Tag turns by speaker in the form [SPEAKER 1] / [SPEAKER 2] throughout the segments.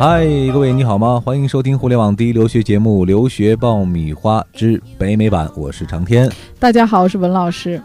[SPEAKER 1] 嗨，各位你好吗？欢迎收听互联网第一留学节目《留学爆米花之北美版》，我是长天。
[SPEAKER 2] 大家好，我是文老师。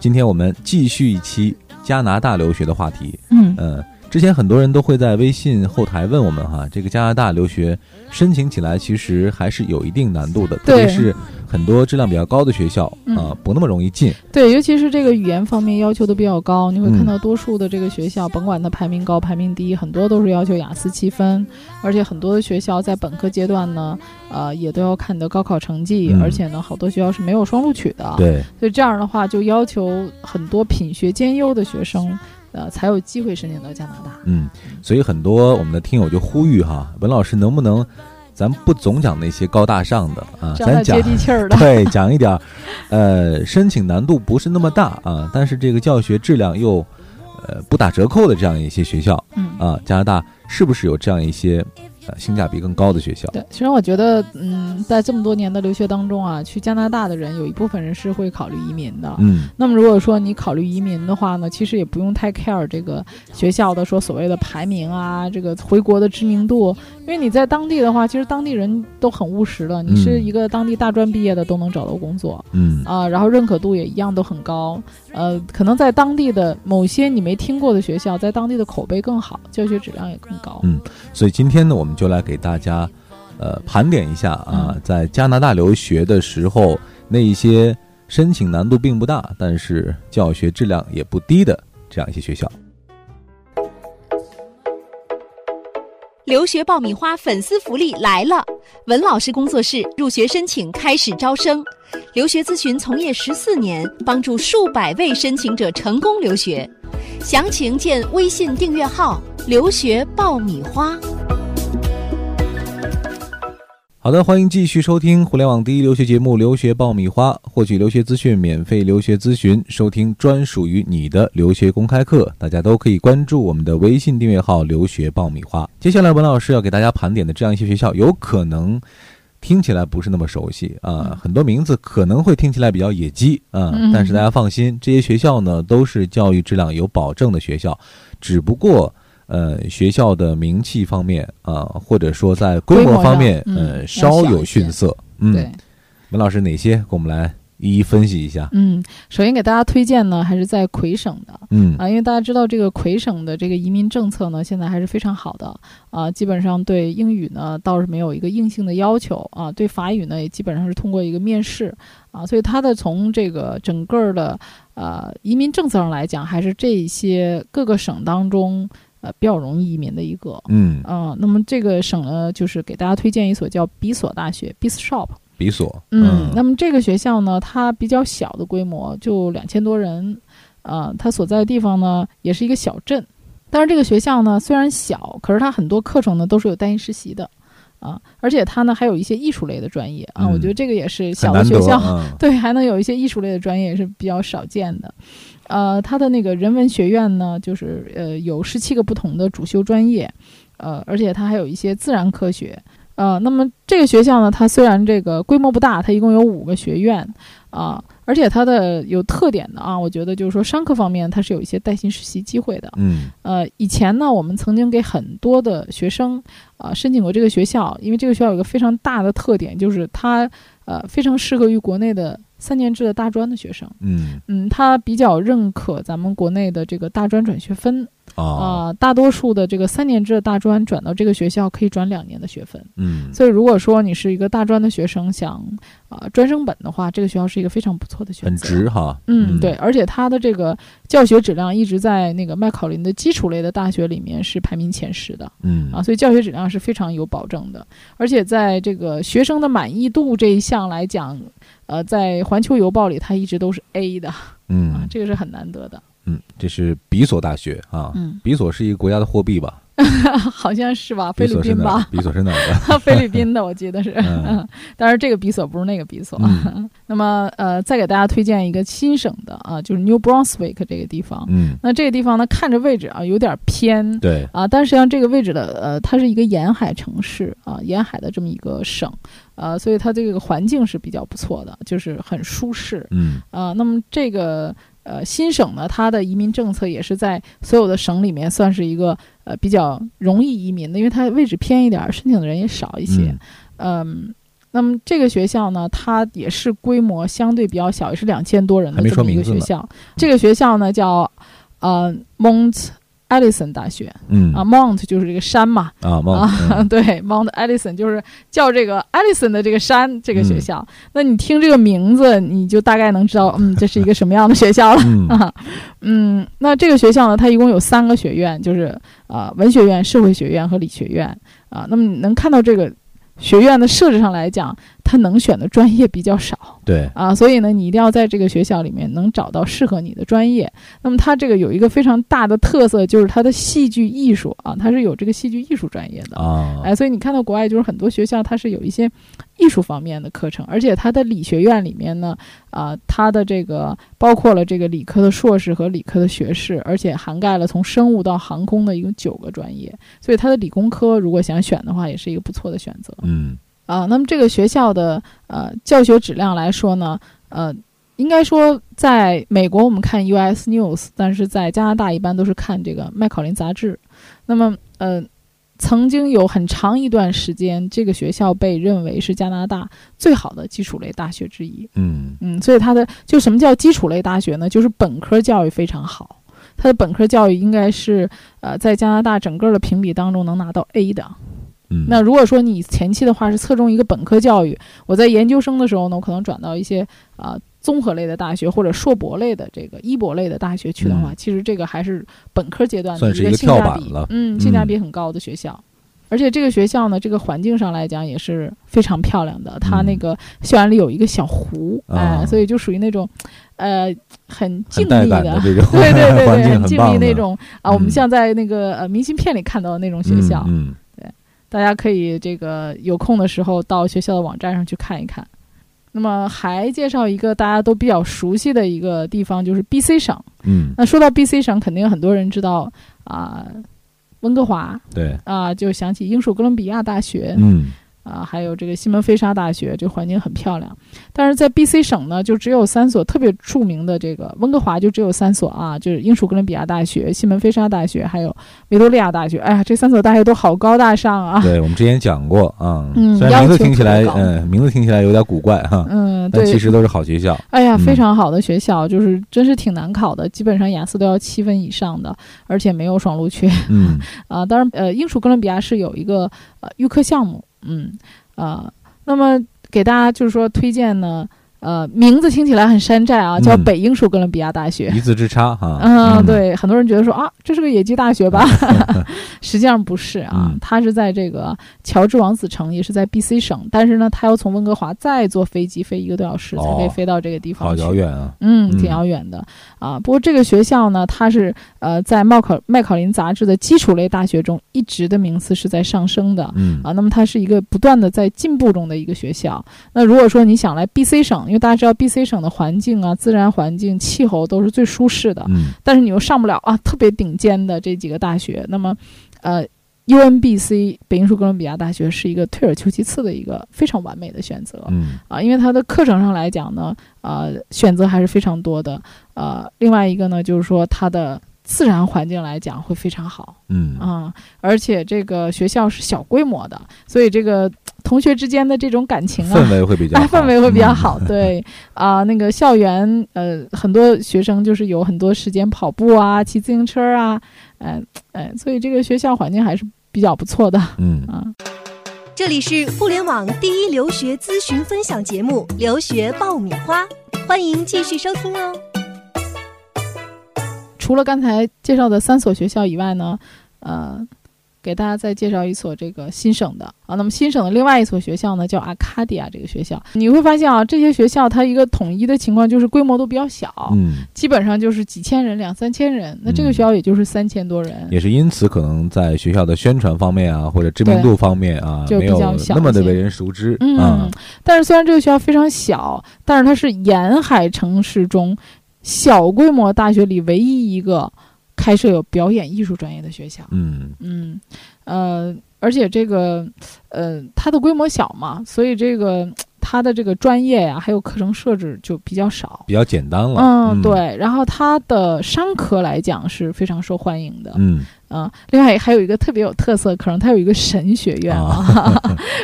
[SPEAKER 1] 今天我们继续一期加拿大留学的话题。
[SPEAKER 2] 嗯，
[SPEAKER 1] 嗯，之前很多人都会在微信后台问我们哈，这个加拿大留学申请起来其实还是有一定难度的，特别
[SPEAKER 2] 对
[SPEAKER 1] 是很多质量比较高的学校啊、
[SPEAKER 2] 嗯
[SPEAKER 1] 不那么容易进。
[SPEAKER 2] 对，尤其是这个语言方面要求都比较高，你会
[SPEAKER 1] 嗯
[SPEAKER 2] 看到多数的这个学校，甭管它排名高排名低，很多都是要求雅思七分，而且很多的学校在本科阶段呢，呃，也都要看你的高考成绩，
[SPEAKER 1] 嗯
[SPEAKER 2] 而且呢，好多学校是没有双录取的，
[SPEAKER 1] 对，
[SPEAKER 2] 所以这样的话就要求很多品学兼优的学生，呃，才有机会申请到加拿大。
[SPEAKER 1] 嗯，所以很多我们的听友就呼吁哈，文老师能不能，咱不总讲那些高大上的啊，
[SPEAKER 2] 这
[SPEAKER 1] 咱
[SPEAKER 2] 样才
[SPEAKER 1] 讲
[SPEAKER 2] 接地 气儿的，
[SPEAKER 1] 对讲一点儿，呃，申请难度不是那么大啊，但是这个教学质量又，呃，不打折扣的这样一些学校
[SPEAKER 2] 嗯。
[SPEAKER 1] 啊，加拿大是不是有这样一些呃性价比更高的学校？
[SPEAKER 2] 对，其实我觉得，嗯，在这么多年的留学当中啊，去加拿大的人有一部分人是会考虑移民的。
[SPEAKER 1] 嗯
[SPEAKER 2] 那么如果说你考虑移民的话呢，其实也不用太 care 这个学校的说所谓的排名啊，这个回国的知名度，因为你在当地的话，其实当地人都很务实的，你是
[SPEAKER 1] 嗯
[SPEAKER 2] 一个当地大专毕业的都能找到工作
[SPEAKER 1] 嗯
[SPEAKER 2] 啊、然后认可度也一样都很高。呃，可能在当地的某些你没听过的学校，在当地的口碑更好，教学质量也更高。
[SPEAKER 1] 嗯所以今天呢，我们就来给大家，呃，盘点一下啊，
[SPEAKER 2] 嗯
[SPEAKER 1] 在加拿大留学的时候，那一些申请难度并不大，但是教学质量也不低的这样一些学校。
[SPEAKER 3] 留学爆米花粉丝福利来了！文老师工作室入学申请开始招生，留学咨询从业十四年，帮助数百位申请者成功留学。详情见微信订阅号“留学爆米花”。
[SPEAKER 1] 好的，欢迎继续收听互联网第一留学节目《留学爆米花》，获取留学资讯、免费留学咨询，收听专属于你的留学公开课。大家都可以关注我们的微信订阅号“留学爆米花”。接下来，文老师要给大家盘点的这样一些学校，有可能听起来不是那么熟悉啊、
[SPEAKER 2] 嗯
[SPEAKER 1] 很多名字可能会听起来比较野鸡啊、
[SPEAKER 2] 嗯
[SPEAKER 1] 但是大家放心，这些学校呢都是教育质量有保证的学校，只不过。呃，学校的名气方面啊、或者说在规
[SPEAKER 2] 规模
[SPEAKER 1] 模方
[SPEAKER 2] 上
[SPEAKER 1] 面，
[SPEAKER 2] 嗯
[SPEAKER 1] 呃，
[SPEAKER 2] 要
[SPEAKER 1] 稍
[SPEAKER 2] 小
[SPEAKER 1] 有
[SPEAKER 2] 一
[SPEAKER 1] 逊
[SPEAKER 2] 些
[SPEAKER 1] 色。嗯，
[SPEAKER 2] 对。
[SPEAKER 1] 文老师哪些？给我们来一一分析一下。
[SPEAKER 2] 嗯，首先给大家推荐呢，还是在魁省的
[SPEAKER 1] 嗯
[SPEAKER 2] 啊，因为大家知道这个魁省的这个移民政策呢，现在还是非常好的啊，基本上对英语呢倒是没有一个硬性的要求啊，对法语呢也基本上是通过一个面试啊，所以它的从这个整个儿的呃移民政策上来讲，还是这些各个省当中呃比较容易移民的一个。
[SPEAKER 1] 嗯，
[SPEAKER 2] 嗯，那么这个省呢，就是给大家推荐一所叫比索大学 （Bishop）。
[SPEAKER 1] 比索。
[SPEAKER 2] 嗯，那么这个学校呢，它比较小的规模，就两千多人，呃，它所在的地方呢也是一个小镇，但是这个学校呢虽然小，可是它很多课程呢都是有单一实习的，啊，而且它呢还有一些艺术类的专业啊，
[SPEAKER 1] 嗯
[SPEAKER 2] 我觉得这个也是
[SPEAKER 1] 很
[SPEAKER 2] 小的
[SPEAKER 1] 难
[SPEAKER 2] 学
[SPEAKER 1] 得。
[SPEAKER 2] 校，
[SPEAKER 1] 嗯
[SPEAKER 2] 对，还能有一些艺术类的专业也是比较少见的。呃，它的那个人文学院呢，就是呃有十七个不同的主修专业，呃，而且它还有一些自然科学。呃，那么这个学校呢，它虽然这个规模不大，它一共有五个学院啊、而且它的有特点的啊，我觉得就是说商科方面它是有一些带薪实习机会的。
[SPEAKER 1] 嗯
[SPEAKER 2] 呃，以前呢，我们曾经给很多的学生呃申请过这个学校，因为这个学校有一个非常大的特点，就是它呃非常适合于国内的三年制的大专的学生。
[SPEAKER 1] 嗯
[SPEAKER 2] 嗯，它比较认可咱们国内的这个大专转学分
[SPEAKER 1] 啊
[SPEAKER 2] 啊、大多数的这个三年制的大专转到这个学校可以转两年的学分。
[SPEAKER 1] 嗯
[SPEAKER 2] 所以，如果说你是一个大专的学生，想啊、呃专升本的话，这个学校是一个非常不错的选择。
[SPEAKER 1] 很值哈。
[SPEAKER 2] 嗯，对，。而且它的这个教学质量一直在那个麦考林的基础类的大学里面是排名前十的
[SPEAKER 1] 嗯
[SPEAKER 2] 啊，所以教学质量是非常有保证的。而且在这个学生的满意度这一项来讲，呃，在《环球邮报》里它一直都是 A 的啊，
[SPEAKER 1] 嗯
[SPEAKER 2] 这个是很难得的。
[SPEAKER 1] 嗯，这是比索大学啊。
[SPEAKER 2] 嗯，
[SPEAKER 1] 比索是一个国家的货币吧？
[SPEAKER 2] 好像是吧，
[SPEAKER 1] 比
[SPEAKER 2] 菲律
[SPEAKER 1] 索是
[SPEAKER 2] 宾
[SPEAKER 1] 哪儿
[SPEAKER 2] 吧
[SPEAKER 1] 的？，比索是哪儿的？
[SPEAKER 2] 菲律宾的我记得是
[SPEAKER 1] 嗯，
[SPEAKER 2] 但是这个比索不是那个比索。
[SPEAKER 1] 嗯
[SPEAKER 2] 那么，呃，再给大家推荐一个新省的啊，就是 New Brunswick 这个地方。
[SPEAKER 1] 嗯，
[SPEAKER 2] 那这个地方呢，看着位置啊有点偏，
[SPEAKER 1] 对。
[SPEAKER 2] 啊，但实际上这个位置的呃，它是一个沿海城市啊，沿海的这么一个省，呃，所以它这个环境是比较不错的，就是很舒适
[SPEAKER 1] 嗯
[SPEAKER 2] 啊。那么这个呃，新省呢，它的移民政策也是在所有的省里面算是一个呃比较容易移民的，因为它位置偏一点儿，申请的人也少一些。嗯，那么这个学校呢，它也是规模相对比较小，也是两千多人
[SPEAKER 1] 还
[SPEAKER 2] 的
[SPEAKER 1] 没
[SPEAKER 2] 这
[SPEAKER 1] 说
[SPEAKER 2] 么一个
[SPEAKER 1] 名字
[SPEAKER 2] 学
[SPEAKER 1] 呢
[SPEAKER 2] 校。这个学校呢叫呃 Mount Allison 大学
[SPEAKER 1] 嗯
[SPEAKER 2] 啊，Mount 就是这个山嘛，
[SPEAKER 1] 啊，梦
[SPEAKER 2] 啊，对，Mount Allison 就是叫这个 Allison 的这个山，这个学校。那你听这个名字，你就大概能知道，嗯，这是一个什么样的学校了。
[SPEAKER 1] 嗯嗯
[SPEAKER 2] 啊，嗯，那这个学校呢，它一共有三个学院，就是呃文学院、社会学院和理学院啊、那么你能看到这个学院的设置上来讲，它能选的专业比较少
[SPEAKER 1] 对，
[SPEAKER 2] 啊，所以呢，你一定要在这个学校里面能找到适合你的专业。那么它这个有一个非常大的特色，就是它的戏剧艺术啊，它是有这个戏剧艺术专业的。
[SPEAKER 1] 啊，
[SPEAKER 2] 哎，所以你看到国外就是很多学校它是有一些艺术方面的课程，而且它的理学院里面呢，啊、它的这个包括了这个理科的硕士和理科的学士，而且涵盖了从生物到航空的一共九个专业，所以它的理工科如果想选的话，也是一个不错的选择
[SPEAKER 1] 嗯
[SPEAKER 2] 啊、那么这个学校的呃教学质量来说呢，呃。应该说，在美国我们看 U.S. News，但是在加拿大一般都是看这个麦考林杂志。那么，呃，曾经有很长一段时间，这个学校被认为是加拿大最好的基础类大学之一。
[SPEAKER 1] 嗯
[SPEAKER 2] 嗯，所以它的就什么叫基础类大学呢？就是本科教育非常好，它的本科教育应该是呃在加拿大整个的评比当中能拿到 A 的。
[SPEAKER 1] 嗯，
[SPEAKER 2] 那如果说你前期的话是侧重一个本科教育，我在研究生的时候呢，我可能转到一些啊、呃综合类的大学或者硕博类的这个医博类的大学去的话，
[SPEAKER 1] 嗯
[SPEAKER 2] 其实这个还是本科阶段
[SPEAKER 1] 算
[SPEAKER 2] 的
[SPEAKER 1] 是一
[SPEAKER 2] 个
[SPEAKER 1] 个
[SPEAKER 2] 性
[SPEAKER 1] 跳
[SPEAKER 2] 价
[SPEAKER 1] 板
[SPEAKER 2] 比
[SPEAKER 1] 了，
[SPEAKER 2] 嗯，
[SPEAKER 1] 嗯
[SPEAKER 2] 性价比很高的学校。而且这个学校呢，这个环境上来讲也是非常漂亮的。它那个校园里有一个小湖，
[SPEAKER 1] 嗯啊
[SPEAKER 2] 哎，所以就属于那种，呃，很静
[SPEAKER 1] 很
[SPEAKER 2] 谧
[SPEAKER 1] 带感的这种
[SPEAKER 2] 对对 对
[SPEAKER 1] 环
[SPEAKER 2] 对，
[SPEAKER 1] 境
[SPEAKER 2] 很静
[SPEAKER 1] 棒的
[SPEAKER 2] 谧那种啊。我们
[SPEAKER 1] 嗯
[SPEAKER 2] 像在那个呃明信片里看到的那种学
[SPEAKER 1] 嗯
[SPEAKER 2] 校，
[SPEAKER 1] 嗯
[SPEAKER 2] 大家可以这个有空的时候到学校的网站上去看一看。那么还介绍一个大家都比较熟悉的一个地方，就是 B.C 省。
[SPEAKER 1] 嗯，
[SPEAKER 2] 那说到 B.C 省，肯定很多人知道啊、温哥华
[SPEAKER 1] 对，
[SPEAKER 2] 啊、就想起英属哥伦比亚大学
[SPEAKER 1] 嗯
[SPEAKER 2] 啊、还有这个西门菲沙大学，这环境很漂亮。但是在 B.C 省呢，就只有三所特别著名的这个温哥华就只有三所啊，就是英属哥伦比亚大学、西门菲沙大学，还有维多利亚大学。哎呀，这三所大学都好高大上啊！
[SPEAKER 1] 对，我们之前讲过啊，
[SPEAKER 2] 嗯
[SPEAKER 1] 虽然名字
[SPEAKER 2] 要求
[SPEAKER 1] 听起
[SPEAKER 2] 特别
[SPEAKER 1] 来，
[SPEAKER 2] 高
[SPEAKER 1] 嗯，名字听起来有点古怪哈，
[SPEAKER 2] 嗯，
[SPEAKER 1] 但
[SPEAKER 2] 对，
[SPEAKER 1] 啊其实都是好学 校，
[SPEAKER 2] 哎呀，
[SPEAKER 1] 嗯
[SPEAKER 2] 非常好的学校，就是真是挺难考的，基本上雅思都要七分以上的，而且没有爽录缺
[SPEAKER 1] 嗯
[SPEAKER 2] 啊。当然，呃，英属哥伦比亚是有一个呃预科项目，嗯啊，那么给大家就是说推荐呢，呃，名字听起来很山寨啊，叫
[SPEAKER 1] 嗯
[SPEAKER 2] 北英属哥伦比亚大学。
[SPEAKER 1] 一字之差哈，
[SPEAKER 2] 嗯，，对，很多人觉得说啊，这是个野鸡大学 吧？实际上不是啊
[SPEAKER 1] 嗯，
[SPEAKER 2] 它是在这个乔治王子城，也是在 B.C 省，但是呢，它要从温哥华再坐飞机飞一个多小时才可以
[SPEAKER 1] 哦
[SPEAKER 2] 飞到这个地方
[SPEAKER 1] 好
[SPEAKER 2] 去。
[SPEAKER 1] 遥远啊，
[SPEAKER 2] 嗯，
[SPEAKER 1] 嗯
[SPEAKER 2] 挺遥远的、啊。不过这个学校呢，它是呃在麦考麦考林杂志的基础类大学中一直的名次是在上升的。
[SPEAKER 1] 嗯
[SPEAKER 2] 啊，那么它是一个不断的在进步中的一个学校。那如果说你想来 B.C 省，因为大家知道 B.C 省的环境啊、自然环境、气候都是最舒适的，
[SPEAKER 1] 嗯
[SPEAKER 2] 但是你又上不了啊特别顶尖的这几个大学，那么，呃，UNBC 北英属哥伦比亚大学是一个退而求其次的一个非常完美的选择
[SPEAKER 1] 嗯
[SPEAKER 2] 啊，因为它的课程上来讲呢，呃，选择还是非常多的。呃，另外一个呢，就是说它的自然环境来讲会非常好
[SPEAKER 1] 嗯
[SPEAKER 2] 啊、而且这个学校是小规模的，所以这个同学之间的这种感情啊，
[SPEAKER 1] 氛围会比较
[SPEAKER 2] 哎，
[SPEAKER 1] 好，
[SPEAKER 2] 氛围会比较
[SPEAKER 1] 嗯，
[SPEAKER 2] 好，对啊、那个校园呃，很多学生就是有很多时间跑步啊、骑自行车啊，哎哎，所以这个学校环境还是比较不错的
[SPEAKER 1] 嗯。
[SPEAKER 2] 啊。
[SPEAKER 4] 这里是互联网第一留学咨询分享节目《留学爆米花》，欢迎继续收听哦。
[SPEAKER 2] 除了刚才介绍的三所学校以外呢，呃，给大家再介绍一所这个新省的啊。那么新省的另外一所学校呢，叫阿卡迪亚这个学校，你会发现啊，这些学校它一个统一的情况就是规模都比较小，
[SPEAKER 1] 嗯，
[SPEAKER 2] 基本上就是几千人、两三千人，那这个
[SPEAKER 1] 嗯
[SPEAKER 2] 学校也就是三千多人。
[SPEAKER 1] 也是因此，可能在学校的宣传方面啊，或者知名
[SPEAKER 2] 对
[SPEAKER 1] 度方面啊，
[SPEAKER 2] 就
[SPEAKER 1] 没
[SPEAKER 2] 比
[SPEAKER 1] 有
[SPEAKER 2] 较小
[SPEAKER 1] 那么的
[SPEAKER 2] 一些
[SPEAKER 1] 为人熟知啊
[SPEAKER 2] 嗯。，但是虽然这个学校非常小，但是它是沿海城市中小规模大学里唯一一个开设有表演艺术专业的学校。
[SPEAKER 1] 嗯
[SPEAKER 2] 嗯，呃，而且这个，呃，它的规模小嘛，所以这个它它的这个专业呀、还有课程设置就比较少。
[SPEAKER 1] 比较简单了。
[SPEAKER 2] 嗯，，对。然后它的商科来讲是非常受欢迎的。
[SPEAKER 1] 嗯，
[SPEAKER 2] 嗯，另外还有一个特别有特色的课程，它有一个神学院啊。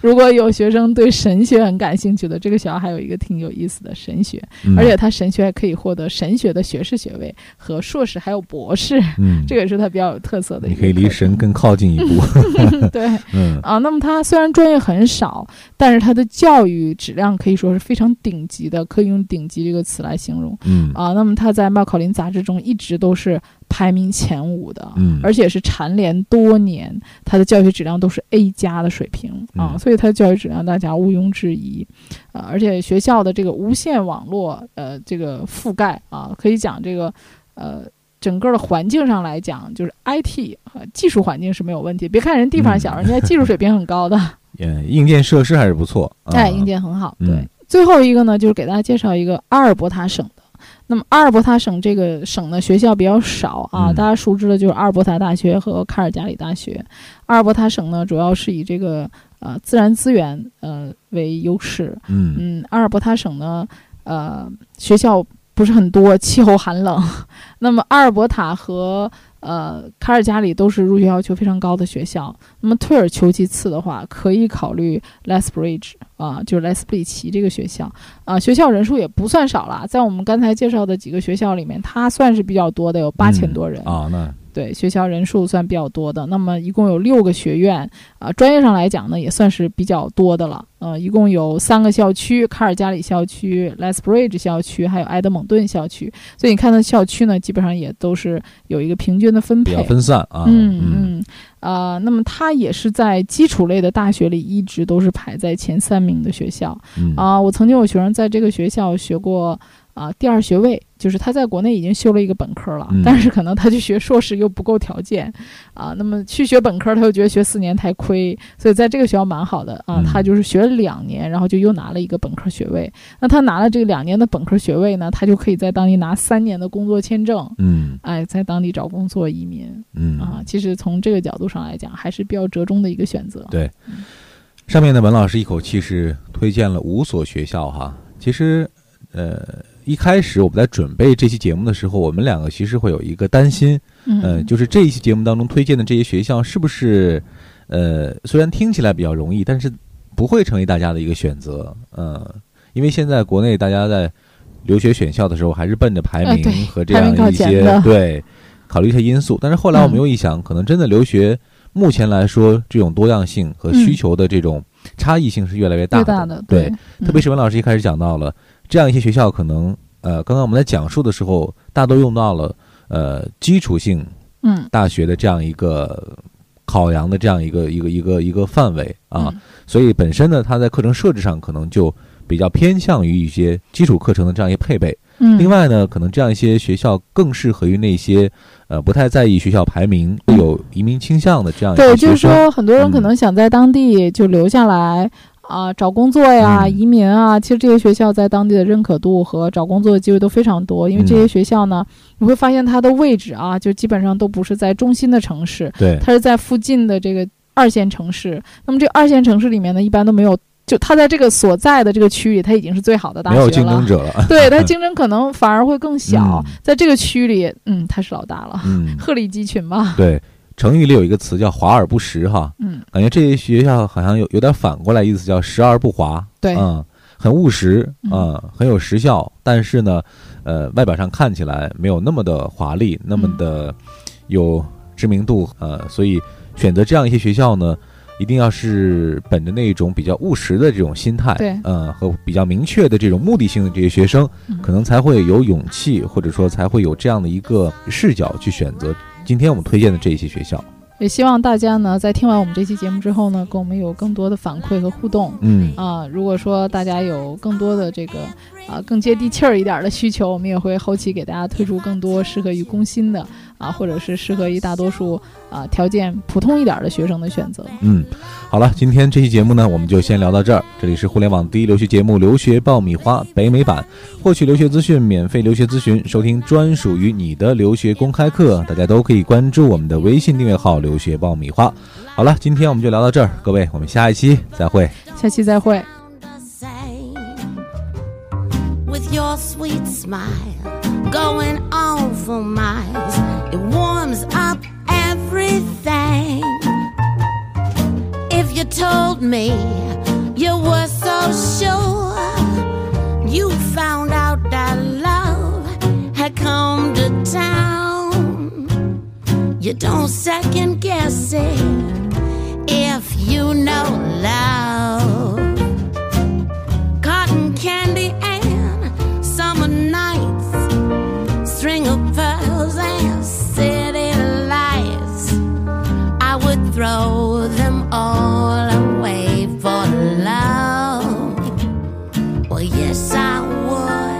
[SPEAKER 2] 如果有学生对神学很感兴趣的，这个学校还有一个挺有意思的神学，
[SPEAKER 1] 嗯
[SPEAKER 2] 而且，它神学还可以获得神学的学士学位和硕士还有博士，
[SPEAKER 1] 嗯，
[SPEAKER 2] 这个也是它比较有特色的一
[SPEAKER 1] 你
[SPEAKER 2] 个
[SPEAKER 1] 可以离
[SPEAKER 2] 课程
[SPEAKER 1] 神更靠近一 步。
[SPEAKER 2] 对
[SPEAKER 1] 嗯
[SPEAKER 2] 啊。那么它虽然专业很少，但是它的教育质量可以说是非常顶级的，可以用“顶级”这个词来形容
[SPEAKER 1] 嗯
[SPEAKER 2] 啊。那么它在麦考林杂志中一直都是排名前五的，
[SPEAKER 1] 嗯，
[SPEAKER 2] 而且是蝉联多年，它的教学质量都是 A 加的水平啊，
[SPEAKER 1] 嗯
[SPEAKER 2] 所以它的教学质量大家毋庸置疑啊。而且学校的这个无线网络呃这个覆盖啊，可以讲这个呃。整个的环境上来讲，就是 IT 和技术环境是没有问题。别看人地方小，人家技术水平很高的，
[SPEAKER 1] 嗯，硬件设施还是不错。啊
[SPEAKER 2] 哎，硬，件很好。对，
[SPEAKER 1] 嗯
[SPEAKER 2] 最后一个呢，就是给大家介绍一个阿尔伯塔省的。那么阿尔伯塔省这个省呢，学校比较少啊，
[SPEAKER 1] 嗯
[SPEAKER 2] 大家熟知的就是阿尔伯塔大学和卡尔加里大学。阿尔伯塔省呢，主要是以这个呃自然资源呃为优势。
[SPEAKER 1] 嗯
[SPEAKER 2] 嗯，阿尔伯塔省呢，呃，学校不是很多，气候寒冷。 那么阿尔伯塔和呃卡尔加里都是入学要求非常高的学校。那么退而求其次的话，可以考虑 Lethbridge 啊、就是莱斯布里奇这个学校啊、学校人数也不算少了，在我们刚才介绍的几个学校里面，它算是比较多的，有八千多人。
[SPEAKER 1] 啊，那
[SPEAKER 2] 对，学校人数算比较多的。那么一共有六个学院啊、专业上来讲呢，也算是比较多的了。呃，一共有三个校区：卡尔加里校区、Lethbridge 校区，还有埃德蒙顿校区。所以你看，它校区呢，基本上也都是有一个平均的分
[SPEAKER 1] 比较
[SPEAKER 2] 配。
[SPEAKER 1] 分散啊。
[SPEAKER 2] 嗯嗯啊、那么它也是在基础类的大学里一直都是排在前三名的学校。
[SPEAKER 1] 嗯
[SPEAKER 2] 啊，我曾经有学生在这个学校学过啊第二学位，就是他在国内已经修了一个本科了，
[SPEAKER 1] 嗯
[SPEAKER 2] 但是可能他去学硕士又不够条件啊，那么去学本科他又觉得学四年太亏，所以在这个学校蛮好的啊，
[SPEAKER 1] 嗯
[SPEAKER 2] 他就是学了两年，然后就又拿了一个本科学位。那他拿了这个两年的本科学位呢，他就可以在当地拿三年的工作签证。
[SPEAKER 1] 嗯
[SPEAKER 2] 哎，在当地找工作移民
[SPEAKER 1] 嗯
[SPEAKER 2] 啊，其实从这个角度上来讲，还是比较折中的一个选择。
[SPEAKER 1] 对，上面呢，文老师一口气是推荐了五所学校哈。其实，呃，一开始我们在准备这期节目的时候，我们两个其实会有一个担心，呃，
[SPEAKER 2] 嗯，
[SPEAKER 1] 就是这一期节目当中推荐的这些学校是不是，呃，虽然听起来比较容易，但是不会成为大家的一个选择，呃，因为现在国内大家在留学选校的时候，还是奔着排
[SPEAKER 2] 呃对
[SPEAKER 1] 名和这
[SPEAKER 2] 排名靠
[SPEAKER 1] 样一
[SPEAKER 2] 前
[SPEAKER 1] 些、
[SPEAKER 2] 的嗯
[SPEAKER 1] 对考虑一些因素，但是后来我们又一想，可能真的留学目前来说，这种多样性和需
[SPEAKER 2] 嗯
[SPEAKER 1] 求的这种差异性是越来越大
[SPEAKER 2] 最
[SPEAKER 1] 的，
[SPEAKER 2] 大的
[SPEAKER 1] 对，
[SPEAKER 2] 嗯
[SPEAKER 1] 特别是文老师一开始讲到了，这样一些学校可能，呃，刚刚我们在讲述的时候，大都用到了呃基础性
[SPEAKER 2] 嗯
[SPEAKER 1] 大学的这样一个考量的这样一个一个一个一个范围啊，
[SPEAKER 2] 嗯
[SPEAKER 1] 所以本身呢，它在课程设置上可能就比较偏向于一些基础课程的这样一些配备。
[SPEAKER 2] 嗯，
[SPEAKER 1] 另外呢，可能这样一些学校更适合于那些呃不太在意学校排名、又有移民倾向的这样一
[SPEAKER 2] 对，
[SPEAKER 1] 些
[SPEAKER 2] 就是
[SPEAKER 1] 啊学生。嗯
[SPEAKER 2] 说，很多人可能想在当地就留下来啊、找工作呀、
[SPEAKER 1] 嗯
[SPEAKER 2] 移民啊。其实这些学校在当地的认可度和找工作的机会都非常多，因为
[SPEAKER 1] 嗯
[SPEAKER 2] 这些学校呢，你会发现它的位置啊，就基本上都不是在中心的城市，
[SPEAKER 1] 对，
[SPEAKER 2] 它是在附近的这个二线城市。那么这二线城市里面呢，一般都没有，就它在这个所在的这个区域，它已经是最好的大
[SPEAKER 1] 没
[SPEAKER 2] 学了。
[SPEAKER 1] 有竞争者了。
[SPEAKER 2] 对 它竞争可能反而会更小，
[SPEAKER 1] 嗯
[SPEAKER 2] 在这个区域里，嗯，它是老大了，
[SPEAKER 1] 嗯，
[SPEAKER 2] 鹤立鸡群嘛，
[SPEAKER 1] 对，成语里有一个词叫“华而不实”哈，
[SPEAKER 2] 嗯，
[SPEAKER 1] 感觉这些学校好像有有点反过来意思，叫实而不华。
[SPEAKER 2] 对
[SPEAKER 1] 嗯，很务实，
[SPEAKER 2] 嗯
[SPEAKER 1] 嗯，很有实效，但是呢，呃，外表上看起来没有那么的华丽，那
[SPEAKER 2] 嗯
[SPEAKER 1] 么的有知名度，呃，所以选择这样一些学校呢。一定要是本着那种比较务实的这种心态，
[SPEAKER 2] 对
[SPEAKER 1] 嗯，和比较明确的这种目的性的这些学生，
[SPEAKER 2] 嗯
[SPEAKER 1] 可能才会有勇气，或者说才会有这样的一个视角去选择今天我们推荐的这一些学校。
[SPEAKER 2] 也希望大家呢，在听完我们这期节目之后呢，跟我们有更多的反馈和互动。
[SPEAKER 1] 嗯，
[SPEAKER 2] 啊、如果说大家有更多的这个啊、更接地气儿一点儿的需求，我们也会后期给大家推出更多适合于工薪的啊，或者是适合于大多数啊、条件普通一点儿的学生的选择。
[SPEAKER 1] 嗯，好了，今天这期节目呢，我们就先聊到这儿。这里是互联网第一留学节目《留学爆米花》北美版，获取留学资讯、免费留学咨询、收听专属于你的留学公开课，大家都可以关注我们的微信订阅号“留学爆米花”。好了，今天我们就聊到这儿，各位，我们下一期再会。
[SPEAKER 2] 下期再会。
[SPEAKER 5] sound the same. sweet smile going on for miles. It warms up everything. If you told me you were so sure, you found out that love had come to town. You don't second guess it if you know love cotton candy and summer nights, string of pearls and city lights. I would throw them all away for love. Well, yes, I would.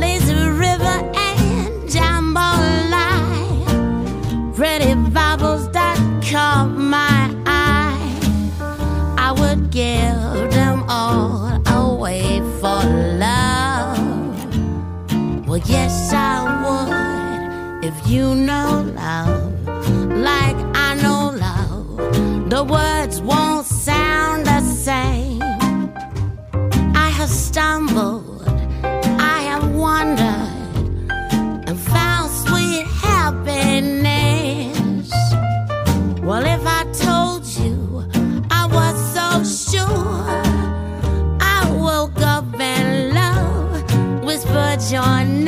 [SPEAKER 5] Lazy River and Jambalaya. Pretty bubbles that caught my eye. I would give them all away for love. Well, yes, I would if you know love like I know love. The words won't sound the same. I have stumbled. I have wandered and found sweet happiness. Well, if I told you I was so sure, I woke up and love whispered your name.